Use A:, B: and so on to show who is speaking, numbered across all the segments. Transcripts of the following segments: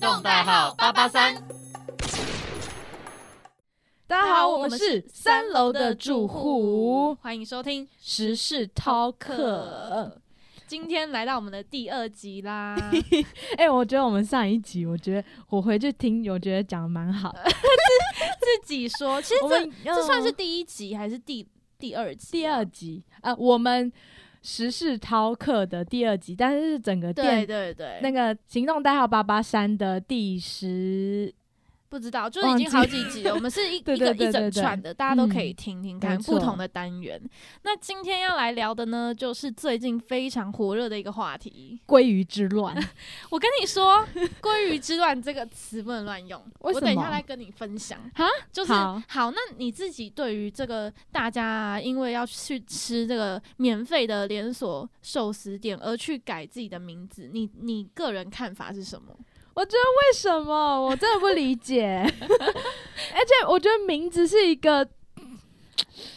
A: 动代号八八三。
B: 大家好，我们是三楼的住户，
A: 欢迎收听
B: 时事饕客。
A: 今天来到我们的第二集 啦。
B: 哎、我觉得我们上一集，我觉得我回去听，我觉得讲的蛮好。
A: 自己说，其实
B: 我
A: 这
B: 们
A: 这算是
B: 嗯
A: 第一集还是第第二集？
B: 第二，集啊、呃我们时事饕客的第二集，但是是整个
A: 对
B: 电
A: 对对，
B: 那个行动代号八八三的第十，
A: 不知道，就是已经好
B: 忘
A: 几集了。我们 是一
B: 对对
A: 一个
B: 对
A: 一
B: 对
A: 整
B: 对
A: 串的，大家都可以
B: 嗯
A: 听听
B: 没
A: 看
B: 错
A: 不同的单元。那今天要来聊的呢，就是最近非常火热的一个话题。
B: 鲑鱼之 乱。
A: 我跟你 说，“鲑鱼之乱”这个词不能乱用。
B: 为
A: 我
B: 什
A: 等一
B: 么
A: 下来跟你分享
B: 哈，
A: 就是
B: 好
A: 那你自己对于这个大家、因为要去吃这个免费的连锁寿司店而去改自己的名字，你你个人看法是什么？
B: 我觉得为什么我真的不理解， 而且我觉得名字是一个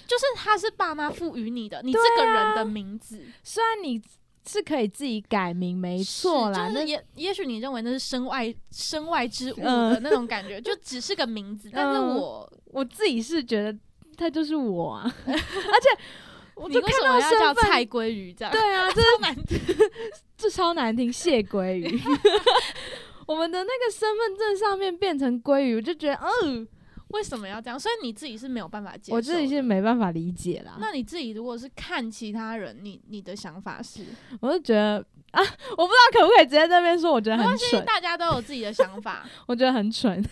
A: 就是它是爸妈赋予你的，你
B: 啊
A: 这个人的名字，
B: 虽然你是可以自己改名，没错啦，
A: 是就
B: 那
A: 是也也许你认为那是身外身外之物的那种感觉，就只是个名 字，但是
B: 嗯
A: 我。
B: 我自己是觉得他就是我啊， 而且我
A: 你
B: 就
A: 为
B: 看
A: 什么
B: 到
A: 要
B: 身
A: 叫
B: 份
A: 蔡鲑鱼这样？
B: 对啊，这
A: 超难
B: 这超难听，谢 鲑鱼。我们的那个身份证上面变成鲑鱼，我就觉得，嗯、
A: 为什么要这样？所以你自己是没有办法接受。
B: 我自己是。没办法理解啦。
A: 那你自己如果是看其他人，你你的想法是？
B: 我就觉得啊，我不知道可不可以直接在那边说，我觉得
A: 没
B: 很
A: 关系，
B: 蠢，
A: 大家都有自己的想 法。
B: 我觉得很蠢，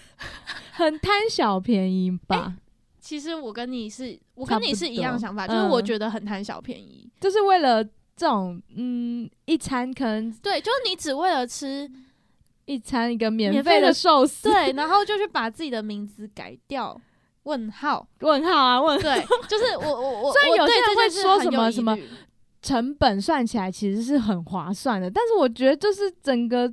B: 很贪小便宜吧，
A: 其实我跟你是，我
B: 差
A: 跟
B: 不
A: 你是一样
B: 多
A: 想法，就是我
B: 嗯
A: 觉得很贪小便宜。
B: 就是为了这种嗯一餐可能
A: 对，就是你只为了 吃，
B: 一餐一个
A: 免
B: 免
A: 费
B: 费
A: 的
B: 的寿司。
A: 对，然后就去把自己的名字改掉。问号，
B: 问号啊，问
A: 对，就是我我 我，
B: 虽然
A: 我
B: 有
A: 对
B: 些人
A: 这件
B: 会
A: 事
B: 说
A: 很
B: 什
A: 有
B: 么
A: 疑
B: 什么
A: 虑
B: 成本算起来其实是很划算的，但是我觉得就是整个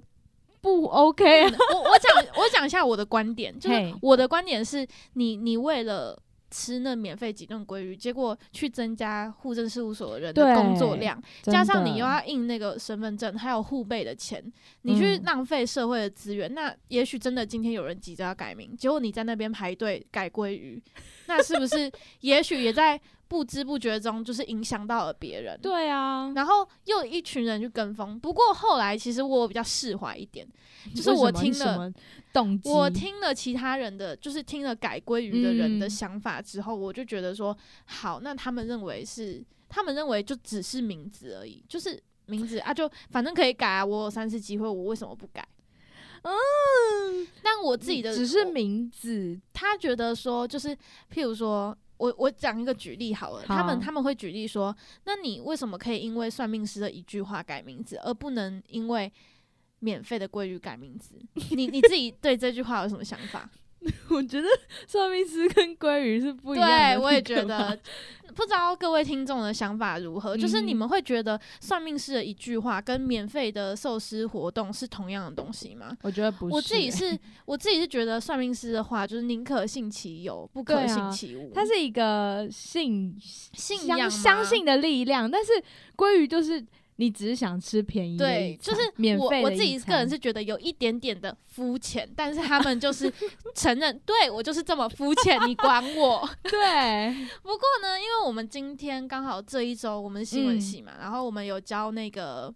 B: 不 OK 啊。
A: 我我讲我讲一下我的观点，就是
B: 嘿
A: 我的观点是你你为了吃那免费几顿鲑鱼，结果去增加户政事务所的人的
B: 对
A: 工作量，嗯 加上你又
B: 真的
A: 要印那个身份证，还有护备的钱，你去
B: 嗯
A: 浪费社会的资源。那也许真的今天有人急着要改名，结果你在那边排队改鲑鱼，那是不 是也许也在不知不觉中就是影响到了别人？
B: 对啊，
A: 然后又有一群人去跟风，不过后来其实我比较释怀一点，就是我
B: 为什么
A: 听
B: 你什
A: 了
B: 么动机，
A: 我听了其他人的，就是听了改鲑鱼的人的
B: 嗯
A: 想法之后，我就觉得说，好，那他们认为是，他们认为就只是名字而已，就是名字啊，就反正可以改啊，我有三次机会，我为什么不改？
B: 嗯，
A: 但我自己的
B: 只是
A: 我
B: 名字，
A: 他觉得说，就是譬如说。我我讲一个举例好了，他们
B: 好
A: 他们会举例说，那你为什么可以因为算命师的一句话改名字，而不能因为免费的鲑鱼改名字？你你自己对这句话有什么想法？
B: 我觉得算命师跟鲑鱼是 不一样的。
A: 对，我也觉得，，不知道各位听众的想法如何？就是你
B: 嗯
A: 们会觉得算命师的一句话跟免费的寿司活动是同样的东西吗？
B: 我觉得不是、
A: 我自己
B: 欸
A: 是，我自己是觉得算命师的话就是宁可信其有，不可
B: 对
A: 信
B: 啊
A: 其无。
B: 它是一个信
A: 信
B: 相
A: 仰
B: 相
A: 吗
B: 信的力量，但是鲑鱼就是你只是想吃便宜的
A: 对
B: 一，餐，
A: 就是
B: 免
A: 我
B: 费
A: 我
B: 的
A: 自己
B: 一
A: 个人
B: 餐
A: 是觉得有一点点的肤浅，但是他们就是 承认，对我就是这么肤浅，你管我？
B: 对，
A: 不过呢，因为我们今天刚好这一周我们是新闻
B: 嗯
A: 系嘛，然后我们有教那个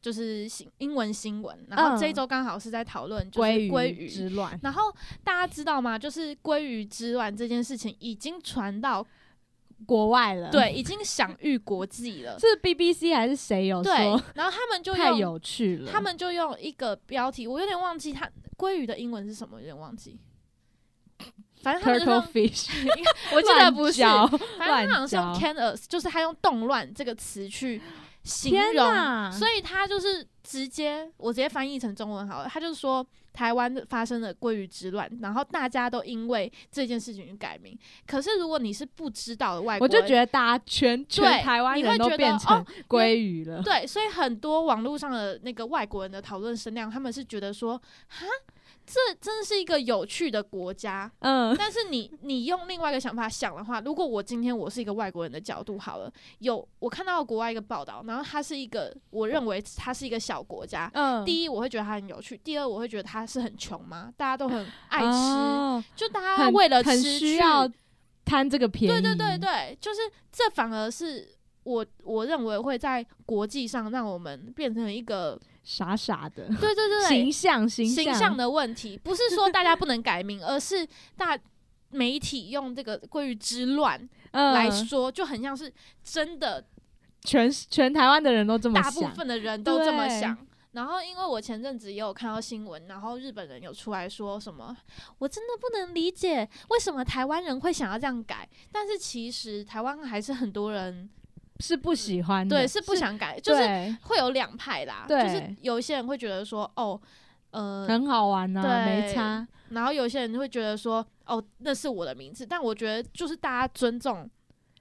A: 就是新英文新闻，然后这一周刚好是在讨论就是
B: 鲑
A: 嗯
B: 鱼
A: 鲑鱼。
B: 之乱，
A: 然后大家知道吗？就是鲑鱼之乱这件事情已经传到
B: 国外了，
A: 对，已经享誉国际了。
B: 是 BBC 还是谁有
A: 对
B: 说？，
A: 然后他们就
B: 太
A: 用
B: 有趣了，
A: 他们就用一个标题，我有点忘记它鲑鱼的英文是什么，有点忘记。反正他们就
B: turtle
A: 用，
B: fish，
A: 我记得不是，
B: 乱嚼
A: 反正他好像是用
B: 乱
A: canvas，就是他用动乱这个词去形
B: 天
A: 容，
B: 哪！
A: 所以他就是直接我直接翻译成中文好了，他就是说台湾发生了鲑鱼之乱，然后大家都因为这件事情去改名。可是如果你是不知道的外国
B: 我
A: 人，
B: 就觉得大家全全台湾
A: 你会
B: 人都
A: 觉得
B: 变成
A: 哦
B: 鲑鱼 了，
A: 对，所以很多网络上的那个外国人的讨论声量，他们是觉得说，哈，这真是一个有趣的国家。
B: 嗯，
A: 但是你你用另外一个想法想的话，如果我今天我是一个外国人的角度好了，有我看到国外一个报道，然后它是一个我认为它是一个小国家。
B: 嗯，
A: 第一，我会觉得它很有趣；第二，我会觉得它是很穷嘛，大家都很爱吃，
B: 哦
A: 就大家
B: 很
A: 为了
B: 很
A: 吃
B: 需
A: 去
B: 要贪这个便宜，
A: 对对对对，就是这反而是我我认为会在国际上让我们变成一个
B: 傻傻的
A: 对对对
B: 形象形
A: 形
B: 象
A: 象的问题，不是说大家不能改 名，而是大媒体用这个关于之乱
B: 嗯
A: 来说，就很像是真的，
B: 全全台湾的人都这么
A: 大部
B: 想，
A: 分的人都这么
B: 对
A: 想。然后，因为我前阵子也有看到新闻，然后日本人有出来说什么，我真的不能理解为什么台湾人会想要这样改，但是其实台湾还是很多人
B: 是不喜欢的，
A: 对是不想改，就是
B: 对
A: 会有两派啦，就
B: 对
A: 是有一些人会觉得说，哦，呃，
B: 很好玩呐、
A: 对
B: 没差，
A: 然后有一些人会觉得说，哦，那是我的名字，但我觉得就是大家尊重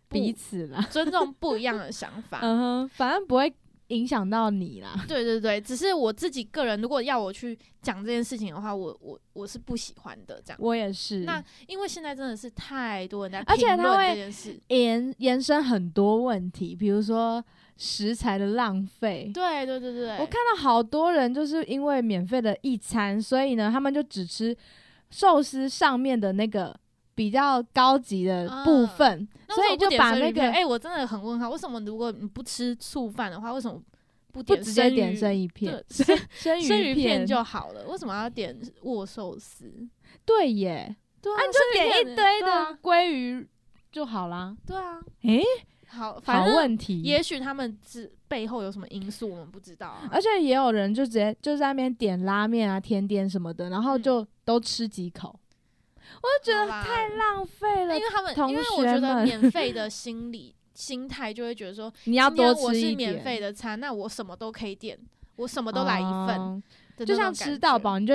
A: 不啊
B: 彼此啦，
A: 尊重不一样的想法，
B: 嗯哼，反正不会影响到你啦。
A: 对对对，只是我自己个人，如果要我去讲这件事情的话，我我我是不喜欢的这样。
B: 我也是，
A: 那因为现在真的是太多人在
B: 而且
A: 评
B: 它
A: 论
B: 会
A: 这件事，
B: 延延伸很多问题，比如说食材的浪费。
A: 对对对对，
B: 我看到好多人就是因为免费的一餐，所以呢，他们就只吃寿司上面的那个比较高级的部分，
A: 啊那为
B: 所
A: 什么
B: 以
A: 不
B: 就
A: 点
B: 把
A: 生鱼
B: 那
A: 片
B: 个
A: 哎、我真的很问号，为什么如果你不吃醋饭的话，为什么不
B: 不
A: 点
B: 直接点
A: 生
B: 生
A: 鱼
B: 鱼片，
A: 对
B: 生
A: 生
B: 鱼
A: 鱼片就好了，为什么要点握寿司？
B: 对耶，
A: 对啊，
B: 啊，你就点一堆
A: 对
B: 的
A: 啊，
B: 鲑鱼就好啦。
A: 对啊。
B: 诶
A: 好，反
B: 好
A: 正
B: 问题，
A: 也许他们之背后有什么因素，我们不知道啊。
B: 而且也有人就直接就在那边点拉面啊、甜点什么的，然后
A: 嗯
B: 就都吃几口，哎我就觉
A: 好
B: 得
A: 啦
B: 太浪费了
A: 因。为他们，
B: 同
A: 因为我觉
B: 学
A: 得
B: 们
A: 免费 的心理心态就会觉得说，
B: 你要
A: 今天
B: 多
A: 我
B: 吃
A: 是
B: 一
A: 免
B: 点，
A: 费的餐，那我什么都可以点，我什么都来一份，
B: 哦
A: 的
B: 就
A: 那种
B: 像吃
A: 感
B: 到
A: 觉。
B: 饱，你就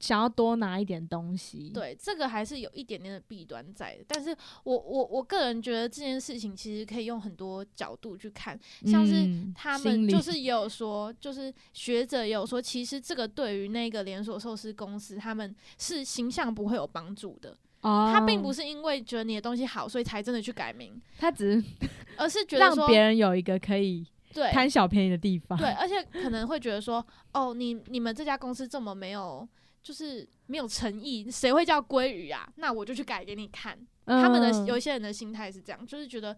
B: 想要多拿一点东西。，
A: 对，这个还是有一点点的弊端在的，但是我我我个人觉得这件事情其实可以用很多角度去看，像是
B: 嗯
A: 他
B: 心
A: 们
B: 理
A: 就是也有说，就是学者也有说，其实这个对于那个连锁寿司公司，他们是形象不会有帮助的。
B: 哦，
A: 他并不是因为觉得你的东西好，所以才真的去改名，
B: 他只是
A: 而是觉得
B: 让
A: 说
B: 别人有一个可以
A: 对
B: 贪小便宜的地方。
A: 对，而且可能会觉得说，哦，你你们这家公司这么没有，就是没有诚意，谁会叫鲑鱼啊？那我就去改给你看。
B: 嗯，
A: 他们的有一些人的心态是这样，就是觉得。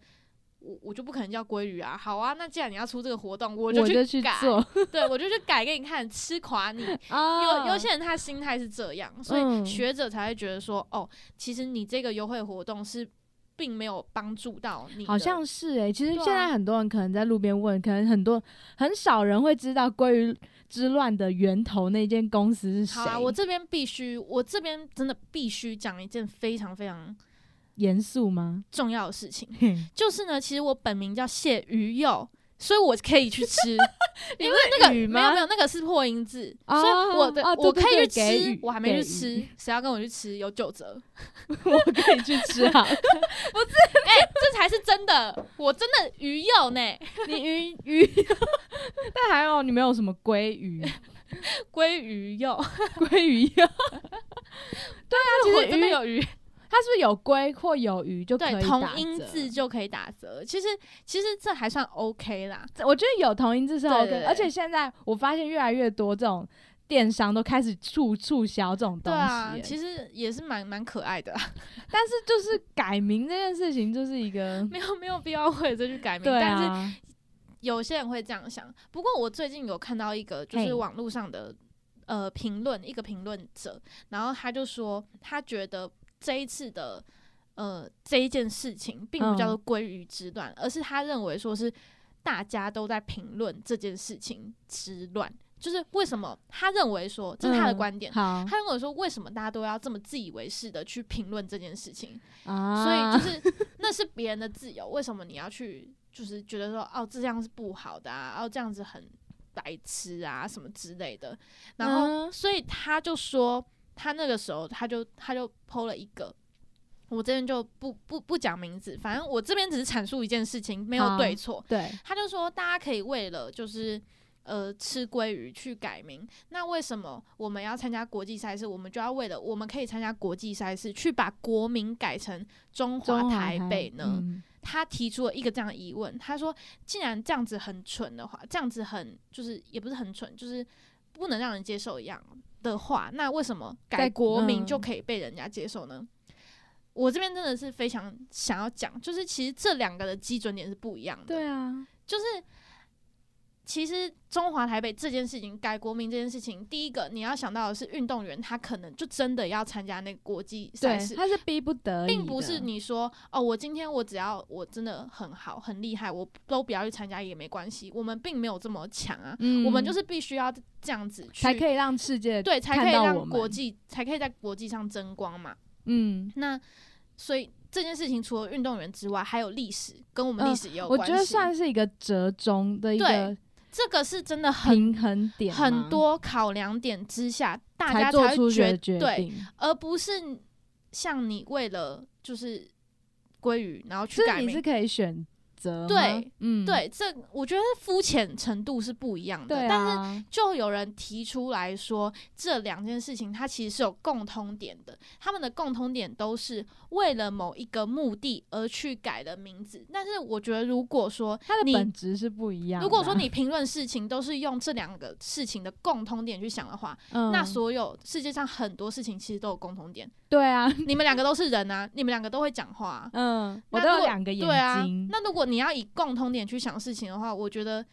A: 我我就不可能叫鲑鱼啊！好啊，那既然你要出这个活动，我
B: 我
A: 就
B: 就
A: 去
B: 去
A: 改。
B: 做。
A: 对，我就去改给你看，吃垮你。
B: 哦
A: 有有些人他心态是这样，所以
B: 嗯
A: 学者才会觉得说，哦，其实你这个优惠活动是并没有帮助到你的，
B: 好像是诶、其实
A: 对啊
B: 现在很多人可能在路边问，可能很多很少人会知道鲑鱼之乱的源头那间公司是谁。
A: 好啊。我这边必须，我这边真的必须讲一件非常非常
B: 严肃吗？
A: 重要的事情，
B: 你们
A: 就是呢，其实我本名叫谢鱼柚。所以我可以去 吃，因为那
B: 是
A: 个
B: 鱼
A: 没有
B: 吗
A: 没有那个是破音字，
B: 哦
A: 所以我的
B: 哦对
A: 我
B: 对
A: 可以
B: 对
A: 去
B: 给
A: 吃
B: 予，
A: 我还没去
B: 给予
A: 吃，谁要跟我去吃有九折，
B: 我可以去吃啊。
A: 哎这才是真的，我真的鱼柚呢，
B: 你鱼鱼， 但还有你没有什么鲑鱼，
A: 鲑鱼柚，
B: 鲑鱼 呀？
A: 其
B: 对啊，
A: 实
B: 其实
A: 真的
B: 鱼
A: 有鱼，
B: 它是不是有鲑或有鱼就可以
A: 对，同
B: 打
A: 音
B: 折
A: 字，就可以打折。其实其实这还算 OK 啦，
B: 我觉得有同音字是
A: 对
B: OK，
A: 对对
B: 而且现在我发现越来越多这种电商都开始促促销这种
A: 对
B: 东西耶、
A: 啊，其实也是蛮蛮可爱的啊啦，
B: 但是就是改名这件事情，就是一个
A: 没有没有必要为了这去改名，
B: 对
A: 但是
B: 啊，
A: 有些人会这样想。不过我最近有看到一个就是
B: 嘿
A: 网络上的呃评论，一个评论者，然后他就说他觉得这一次的。呃，这一件事情并不叫
B: 嗯
A: 做归于之乱，而是他认为说是大家都在评论这件事情之乱，就是为什么他认为说这是他的
B: 嗯
A: 观点，
B: 好
A: 他跟我说，为什么大家都要这么自以为是的去评论这件事情？
B: 啊，
A: 所以就是 那是别人的自由，为什么你要去就是觉得说哦这样是不好的啊，哦这样子很白痴啊什么之类的？然后，
B: 嗯
A: 所以他就说，他那个时候他就他就剖了一个。我这边就不不不讲名字，反正我这边只是阐述一件事情，没有
B: 好
A: 对错。
B: 对，
A: 他就说，大家可以为了就是呃吃鲑鱼去改名。那为什么我们要参加国际赛事，我们就要为了我们可以参加国际赛事，去把国名改成中华
B: 中华
A: 台北呢？
B: 嗯
A: 他提出了一个这样的疑问，他说：“既然这样子很蠢的话，这样子很就是也不是很蠢，就是不能让人接受一样的话，那为什么改
B: 在
A: 国名
B: 嗯
A: 就可以被人家接受呢？”我这边真的是非常想要讲，就是其实这两个的基准点是不一样的。
B: 对啊，
A: 就是其实中华台北这件事情，改国名这件事情，第一个你要想到的是运动员他可能就真的要参加那个国际赛
B: 对
A: 事，，
B: 他是逼不得已的，
A: 并不是你说哦，我今天我只要我真的很好很厉害，我都不要去参加也没关系。我们并没有这么强啊，
B: 嗯，
A: 我们就是必须要这样子去
B: 才可以让世界
A: 对，才
B: 看
A: 可以
B: 到
A: 让
B: 我们
A: 国际才可以在国际上争光嘛。
B: 嗯。
A: 那所以这件事情除了运动员之外，还有历史，跟我们
B: 嗯
A: 历史也有
B: 我
A: 关
B: 觉
A: 系。
B: 得算是一个折中的一个
A: 对这个是真的很
B: 平衡点吗，
A: 很多考量点之下，大家
B: 才做
A: 会
B: 出
A: 觉
B: 决决
A: 对，
B: 定，
A: 而不是像你为了就是鲑鱼然后去
B: 就
A: 改
B: 是你
A: 名
B: 是。嗯可以选择吗，
A: 对
B: 嗯，
A: 对，这我觉得肤浅程度是不一样的，
B: 对
A: 但是
B: 啊，
A: 就有人提出来说，这两件事情它其实是有共通点的，他们的共通点都是为了某一个目的而去改的名字。但是我觉得，如果说
B: 它的
A: 你
B: 本质是不一样的啊。
A: 如果说你评论事情都是用这两个事情的共通点去想的话，
B: 嗯，
A: 那所有世界上很多事情其实都有共通点，
B: 对啊，
A: 你们两个都是人啊，你们两个都会讲话、啊，
B: 嗯，我
A: 那
B: 都
A: 如
B: 有
A: 果
B: 两 个眼
A: 对啊
B: 睛，，
A: 那如果你要以共通点去想事情的话，我觉得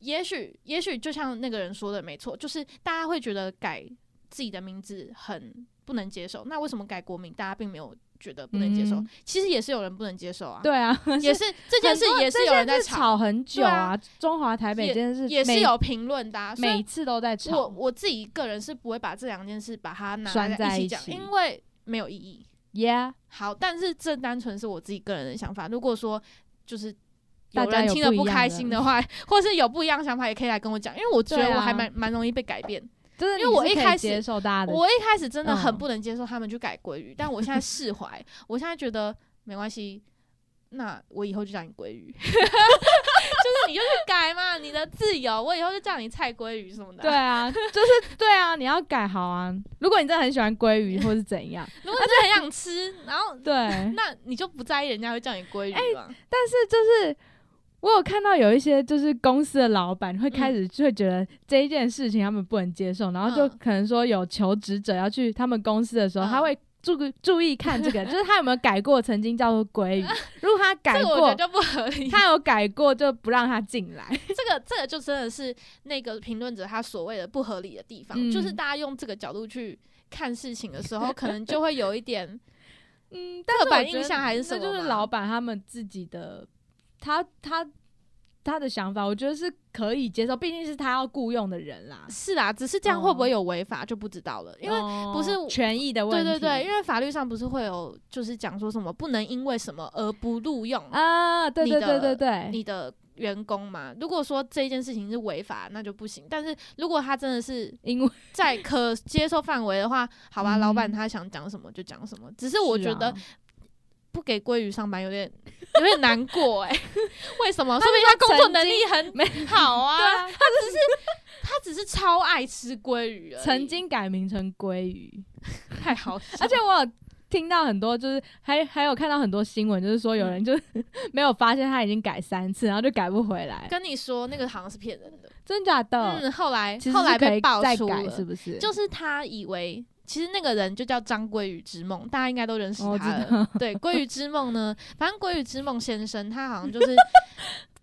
A: 也许也许就像那个人说的没错，就是大家会觉得改自己的名字很不能接受，那为什么改国名大家并没有觉得不能接受？
B: 嗯
A: 其实也是有人不能接受啊，
B: 对啊，
A: 也是这件事
B: 很多
A: 也是
B: 这
A: 有人
B: 件
A: 在
B: 事
A: 吵，
B: 很久
A: 对
B: 啊
A: 啊，
B: 中华台北
A: 也
B: 真的是
A: 也是
B: 每
A: 有评论的、啊，所以
B: 每次都在
A: 我
B: 吵，
A: 我自己个人是不会把这两件事把它拿
B: 拴在
A: 一
B: 一
A: 起讲，
B: 起
A: 因为没有意义。
B: 耶，
A: 好，但是这单纯是我自己个人的想法。如果说就是
B: 大
A: 有
B: 家
A: 人
B: 有
A: 听了
B: 不一
A: 不
B: 样
A: 开
B: 的
A: 心的话， 或是有不一样的想法，也可以来跟我讲，因为我觉得
B: 对啊
A: 我还蛮蛮容易被改变。
B: 就是
A: 因为
B: 你
A: 我
B: 是
A: 一
B: 可以
A: 开始
B: 接受大家的，
A: 我一开始真的很
B: 嗯
A: 不能接受他们去改鲑鱼，但我现在释怀，我现在觉得没关系。那我以后就叫你鲑鱼， 就是你就去改嘛，你的自由。我以后就叫你菜鲑鱼什 么的
B: 对
A: 啊。
B: 啊， 就是对啊，你要改好啊。如果你真的很喜欢鲑鱼或是怎样，
A: 如果真的很想吃，然后
B: 对，但
A: 那你就不在意人家会叫你鲑
B: 哎
A: 鱼嘛。
B: 是就是我有看到有一些就是公司的老板会
A: 嗯
B: 开始就会觉得这一件事情他们不能接受，然后就
A: 嗯
B: 可能说有求职者要去他们公司的时候，
A: 嗯
B: 他会注注意看这个，就是他有没有改过曾经叫做 鲑鱼，如果他改
A: 这个我觉
B: 过
A: 得。就不合理。
B: 他有改过就不让他进来，
A: 这个这个就真的是那个评论者他所谓的不合理的地方，
B: 嗯
A: 就是大家用这个角度去看事情的时候，可能就会有一 点
B: 嗯，
A: 刻
B: 我
A: 板
B: 觉得
A: 印象还是什
B: 那
A: 么吧？
B: 就是老板他们自己的，他他他的想法，我觉得是可以接受，毕竟是他要雇佣的人啦。
A: 是啦，只是这样会不会有违法就不知道了， 因为。
B: 哦
A: 不是
B: 权益的问
A: 对
B: 题，
A: 对对，因为法律上不是会有，就是讲说什么不能因为什么而不录用
B: 啊，对
A: 你
B: 对对
A: 的
B: 对对，
A: 你的员工嘛。如果说这件事情是违法，那就不行。但是如果他真的是
B: 因为
A: 在可接受范围的话，好吧，
B: 嗯
A: 老板他想讲什么就讲什么。只是我
B: 是
A: 觉得
B: 啊
A: 不给鲑鱼上班有点 有点难过哎、 为什么？说明
B: 他
A: 他工作
B: 曾
A: 能力很
B: 没
A: 好
B: 对
A: 啊，
B: 啊，
A: 他只是超爱吃鲑鱼而已
B: 曾经改名成鲑鱼，
A: 太好笑了，
B: 而且我有听到很多，就是还还有看到很多新闻，就是说有
A: 嗯
B: 人就是没有发现他已经改三次，然后就改不回来，
A: 跟你说那个好像是骗人的，
B: 真假的？
A: 嗯，后来
B: 其实
A: 后
B: 是
A: 来
B: 可
A: 被
B: 以
A: 爆
B: 再
A: 出
B: 改
A: 了，
B: 是不是？
A: 就是他以为。其实那个人就叫张鲑鱼之梦，大家应该都认识
B: 哦我知
A: 他了。
B: 道，
A: 对，鲑鱼之梦呢，反正鲑鱼之梦先生他好像 就是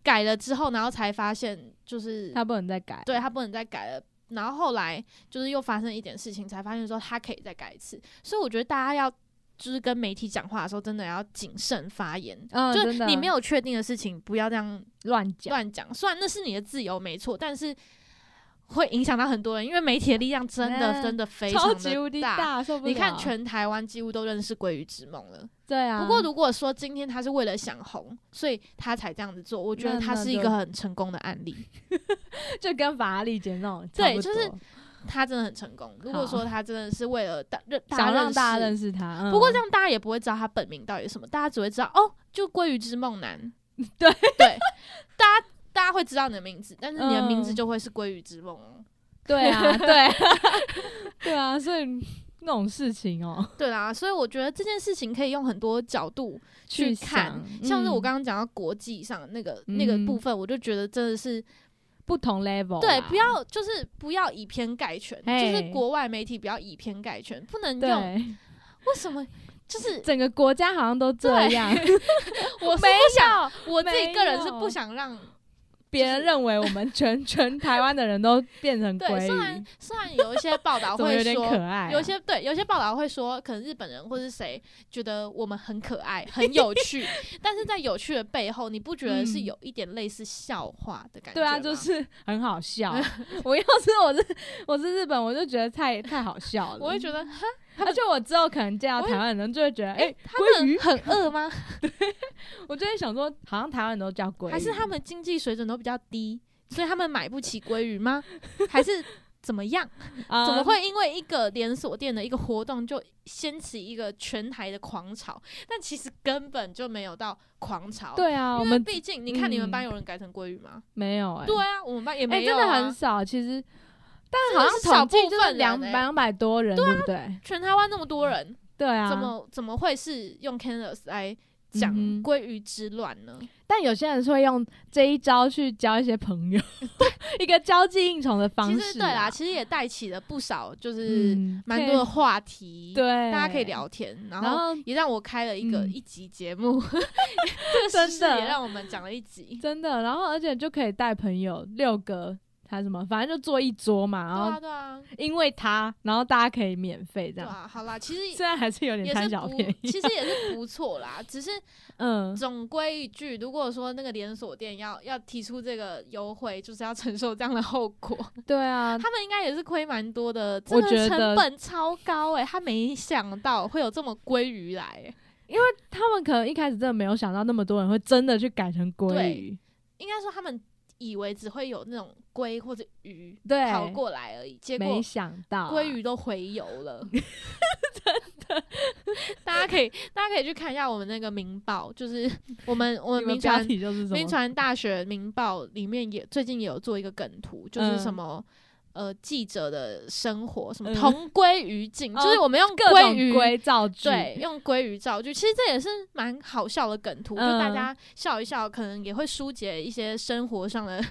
A: 改了之后，然后才发现就是
B: 他不能再改。
A: 对他不能再改了。然后后来就是又发生一点事情，才发现说他可以再改一次。所以我觉得大家要就是跟媒体讲话的时候，真的要谨慎发言。
B: 嗯，
A: 就
B: 真
A: 是
B: 的
A: 你没有确定的事情，不要这样
B: 乱讲，
A: 乱讲。虽然那是你的自由没错，但是会影响到很多人，因为媒体的力量真的
B: 嗯
A: 真的非
B: 超
A: 常
B: 级无敌
A: 的。
B: 大，受不了。
A: 你看，全台湾几乎都认识《鲑鱼之梦》了。
B: 对啊。
A: 不过，如果说今天他是为了想红，所以他才这样子做，我觉
B: 那
A: 得他
B: 那
A: 是一
B: 就
A: 个很成功的案例。
B: 就跟法拉利姐那种
A: 对
B: 差不多
A: 就是他真的很成功。如果
B: 好
A: 说他真的是为了大认
B: 想让大家
A: 认
B: 认
A: 识，
B: 识他。嗯
A: 不过这样大家也不会知道他 本名到底是什么，大家只会知道哦，就《鲑鱼之梦男》
B: 对
A: 对，大家大大家会知道你的名字，但是你的名字
B: 嗯
A: 就会是鲑鱼之梦哦。
B: 对啊，对， 对啊，所以那种事情哦、
A: 对啦，所以我觉得这件事情可以用很多角度 去看，
B: 想
A: 像是我
B: 嗯
A: 刚刚讲到国际上那个、那个
B: 嗯
A: 部分，我就觉得真的是
B: 不同 level，啊
A: 对，
B: 啦
A: 不要就是不要以偏概全，就是
B: 嘿
A: 国外媒体不要以偏概全，不能用
B: 对，
A: 为什么？就是
B: 整个国家好像都这
A: 对
B: 样，
A: 我是
B: 没
A: 不想，我自己
B: 没
A: 个人是不
B: 有
A: 想让
B: 别人认为我们全全台湾的人都变成
A: 对，虽
B: 鲑
A: 然
B: 鱼，
A: 虽然有一些报道
B: 怎么
A: 会
B: 有点可
A: 说，
B: 爱啊、
A: 有一些对，有一些报道会说，可能日本人或是谁觉得我们很可爱、很有 趣，但是在有趣的背后，你不觉得是
B: 嗯
A: 有一点类似笑话的感觉
B: 对
A: 吗？
B: 啊，就是 很 好笑。我要是我是我是日本，我就觉得太太好笑了。
A: 我会觉得哈，
B: 而且我之后可能见到
A: 我也
B: 台湾人，就会觉得，嗯哎、
A: 他
B: 鲑
A: 们
B: 鱼
A: 很饿 吗？
B: 我就会想说，好像台湾人都叫鲑鱼，
A: 还是他们经济水准都比较低，所以他们买不起鲑鱼吗？还是怎么样？
B: 啊
A: 怎么？会因为一个连锁店的一个活动就掀起一个全台的狂潮？但其实根本就没有到狂潮。。
B: 对啊，我
A: 因为
B: 们
A: 毕竟，你看你们
B: 嗯
A: 班有人改成鲑鱼吗？
B: 没有哎、
A: 对啊，我们班也
B: 哎、
A: 没有、
B: 真
A: 啊
B: 的很少，其实。
A: 真
B: 但
A: 的
B: 好
A: 是
B: 像统
A: 少
B: 计
A: 部
B: 就
A: 分
B: 是两
A: 人欸
B: 两百多人，对不对？
A: 全台湾那么多人，
B: 对啊，
A: 怎么怎么会是用 Canvas 来讲
B: 嗯哼
A: 鲑鱼之乱呢？
B: 但有些人是会用这一招去交一些朋友， 一个交际应酬的方式、啊
A: 其实对啦，，其实也带起了不少，就是
B: 嗯，
A: 蛮
B: 可以
A: 多的话题，
B: 对，
A: 大家可以。聊天，然
B: 然
A: 后。
B: 后
A: 也让我开了一个
B: 嗯
A: 一集节目， 这个事
B: 真的
A: 也让我们讲了一集。
B: 真的，然后而且就可以带朋友六个，还什么，反正就坐一桌嘛。
A: 对
B: 然
A: 啊，
B: 后
A: 对啊，
B: 因为他，然后大家可以免费这
A: 对
B: 样，
A: 啊。好啦，其实
B: 虽然还是有点
A: 也
B: 贪
A: 是
B: 小
A: 不
B: 便，宜。
A: 其实也是 不错啦。只是
B: 嗯，
A: 总归一句，如果说那个连锁店要要提出这个优惠，就是要承受这样的后 果。
B: 对啊，
A: 他们应该也是亏蛮多的，
B: 我
A: 这个
B: 觉得
A: 成本超高诶、他没想到会有这么鲑鱼来、欸。
B: 他们可能一开始真的没有想到那么多人会真的去改成鲑
A: 对
B: 鱼，
A: 应该说他们以为只会有那种龟或者鱼
B: 对，
A: 跑过来而已，结果
B: 没想到啊
A: 鲑鱼都回游 了，真的。 大家可以大家可以去看一下我们那个《民报》， 就是我们我
B: 我
A: 们
B: 们
A: 民
B: 标
A: 传
B: 题就是什
A: 民
B: 么？
A: 传大学《民报》里面也最近也有做一个梗图，就是
B: 嗯
A: 什么。呃，记者的生活什么
B: 嗯
A: 同归于尽，
B: 哦
A: 就是我们用
B: 各种
A: 鲑鱼
B: 龟造句，
A: 对，用鲑鱼造句，其实这也是蛮好笑的梗图，就大
B: 嗯
A: 家笑一笑，可能也会疏解一些生活上 的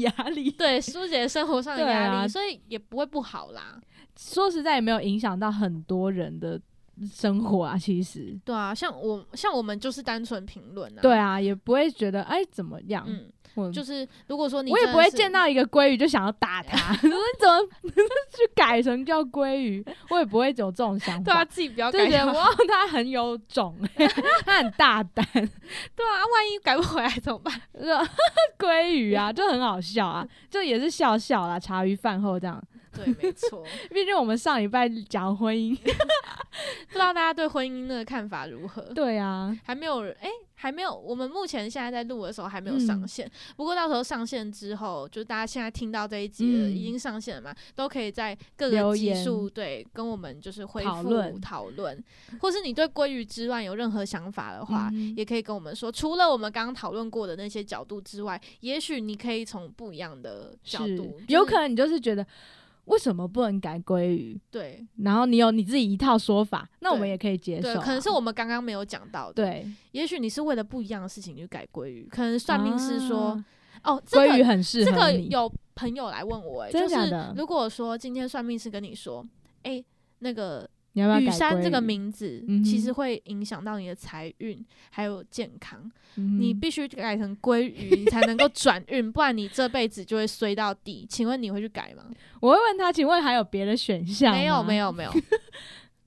B: 压力。
A: 对疏解生活上的
B: 对
A: 压力，
B: 啊
A: 所以也不会不好啦。
B: 说实在，也没有影响到很多人的生活啊。其实，
A: 对啊，像我像我们就是单纯评论啊，
B: 对，啊，也不会觉得哎怎么样，
A: 嗯，
B: 我
A: 就是如果说你
B: 我也
A: 真
B: 不
A: 的
B: 会
A: 是哎
B: 见到一个鲑鱼 就想要打他，我说你怎么去改成叫鲑鱼？我也不会有这种想
A: 对啊，
B: 法。
A: 自己不要
B: 就
A: 改
B: 觉得
A: 好
B: 哇，他很有种、 他很大胆，
A: 对啊，万一 改不回来怎么办？
B: 就说鲑鱼啊，就很好笑啊，就也是笑笑啦，茶余饭后这样。
A: 对，没错，
B: 毕竟我们上礼拜讲婚姻，
A: 不知道大家对婚姻的看法如何？
B: 对啊，
A: 还没有人，哎、还没有。我们目前现在在录的时候还没有上线，不过到时候上线之后，就是大家现在听到这一集了，
B: 嗯
A: 已经上线了嘛，都可以在各
B: 留
A: 个集
B: 言
A: 数对跟我们就是恢
B: 讨
A: 复
B: 论
A: 讨论，或是你对鲑鱼之乱有任何想法的 话。
B: 嗯
A: 也可以跟我们说，除了我们刚刚讨论过的那些角度之外，也许你可以从不一样的角
B: 是
A: 度，
B: 有
A: 就是
B: 可能你就是觉得为什么不能改鲑鱼？
A: 对
B: 然后你有你自己一套说法，那我们
A: 对
B: 也可以接受啊、
A: 对，可能是我们刚刚没有讲到的。，
B: 对
A: 也许你是为了不一样的事情去改鲑鱼，可能算命师
B: 啊
A: 说、哦，这
B: 鲑、
A: 个
B: 鱼很适
A: 这
B: 合
A: 个
B: 你。
A: 有朋友来问我、欸，
B: 真
A: 就
B: 的假
A: 是
B: 的
A: 如果说今天算命师跟你说，哎、那个
B: 你要不要
A: 雨
B: 改
A: 山
B: 鲑
A: 这个
B: 鱼，
A: 名字
B: 嗯哼
A: 其实会影响到你的财运还有健康，
B: 嗯
A: 你必须改成鲑鱼，你才能够转运，不然你这辈子就会衰到底。请问你会去改吗？
B: 我会问他，请问还有别的选项？
A: 没有，没
B: 有。
A: 有， 没有，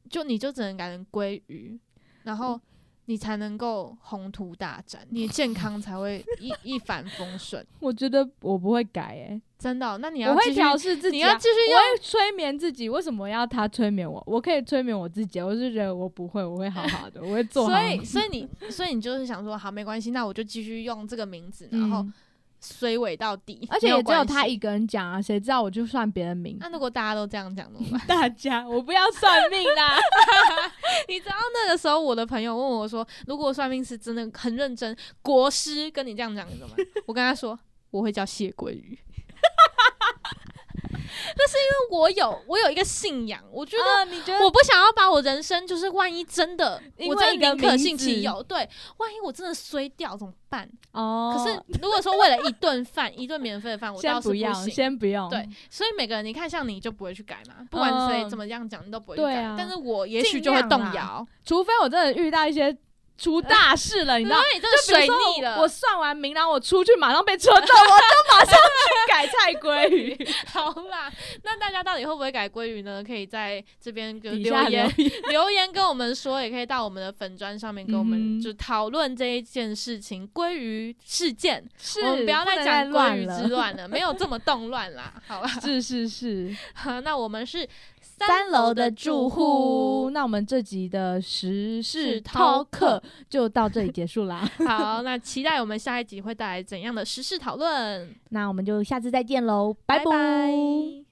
A: 就你就只能改成鲑鱼，然后你才能够宏图大展，你的健康才会一一帆风顺。
B: 我觉得我不会改、欸，
A: 真的哦、那你
B: 我
A: 要继
B: 会
A: 续，
B: 调试自
A: 你
B: 己、
A: 要
B: 啊。
A: 继续
B: 我
A: 用
B: 会催眠自己，为什么要他催眠我？我可以催眠我自己，啊我就觉得我不会，我会好 好的，我会做好。
A: 所 以，所以你，所以你就是想说，好，没关系，那我就继续用这个名字，然后
B: 嗯
A: 衰尾到底。
B: 而且
A: 没
B: 也只有
A: 关系
B: 他一。个人讲啊，谁知道我就算别 人名？
A: 那如果大家都这样讲怎么办？
B: 大家，我不要算命 啦。
A: 你知道那个时候我的朋友问 我说，如果算命师真的很认真，国师跟你这样讲你怎么办？我跟他说，我会叫谢鲑鱼。 那是因为我有我有一个信仰，我呃觉得
B: 啊你觉得
A: 我不想要把我人生，就是万一真的，
B: 因
A: 我
B: 为
A: 真
B: 一
A: 的
B: 个
A: 宁可
B: 名
A: 信其
B: 字
A: 有，对，万一我真的衰掉怎么办？
B: 哦？
A: 可是如果说为了一顿饭，一顿免费的饭，我
B: 先
A: 倒是
B: 不要，
A: 行。
B: 先不用。
A: 对，所以每个人，你看像你就不会去改嘛，不管谁
B: 嗯
A: 怎么样讲，你都不会去
B: 对
A: 改。
B: 啊
A: 但是我也许
B: 尽
A: 就会
B: 量
A: 动
B: 啦
A: 摇，
B: 除非我真的遇到一些出
A: 呃
B: 大事啊了，你
A: 因
B: 知
A: 为
B: 道。
A: 你真的
B: 就比
A: 水
B: 如说
A: 逆了。
B: 我我算完名，然后我出去马上被车 撞，我就马上去改菜鲑鱼。
A: 好啦，那大家到底会不会改鲑鱼呢？可以在这边给我
B: 底
A: 留
B: 下
A: 言留言跟我们说，也可以到我们的粉砖上面跟我
B: 嗯
A: 们
B: 哼
A: 就讨论这一件事情，鲑鱼事件。
B: 是，
A: 我们不要再
B: 能
A: 讲鲑
B: 乱
A: 鱼之
B: 了。
A: 乱了，没有这么动乱啦，好吧？
B: 是是是，
A: 好那我们是
B: 三楼的住户。。那我们这集的时事
A: 是
B: 饕
A: talk
B: 客就到这里结束 啦。
A: 好，那期待我们下一集会带来怎样的时事讨论？
B: 那我们就下次再见喽，拜
A: 拜拜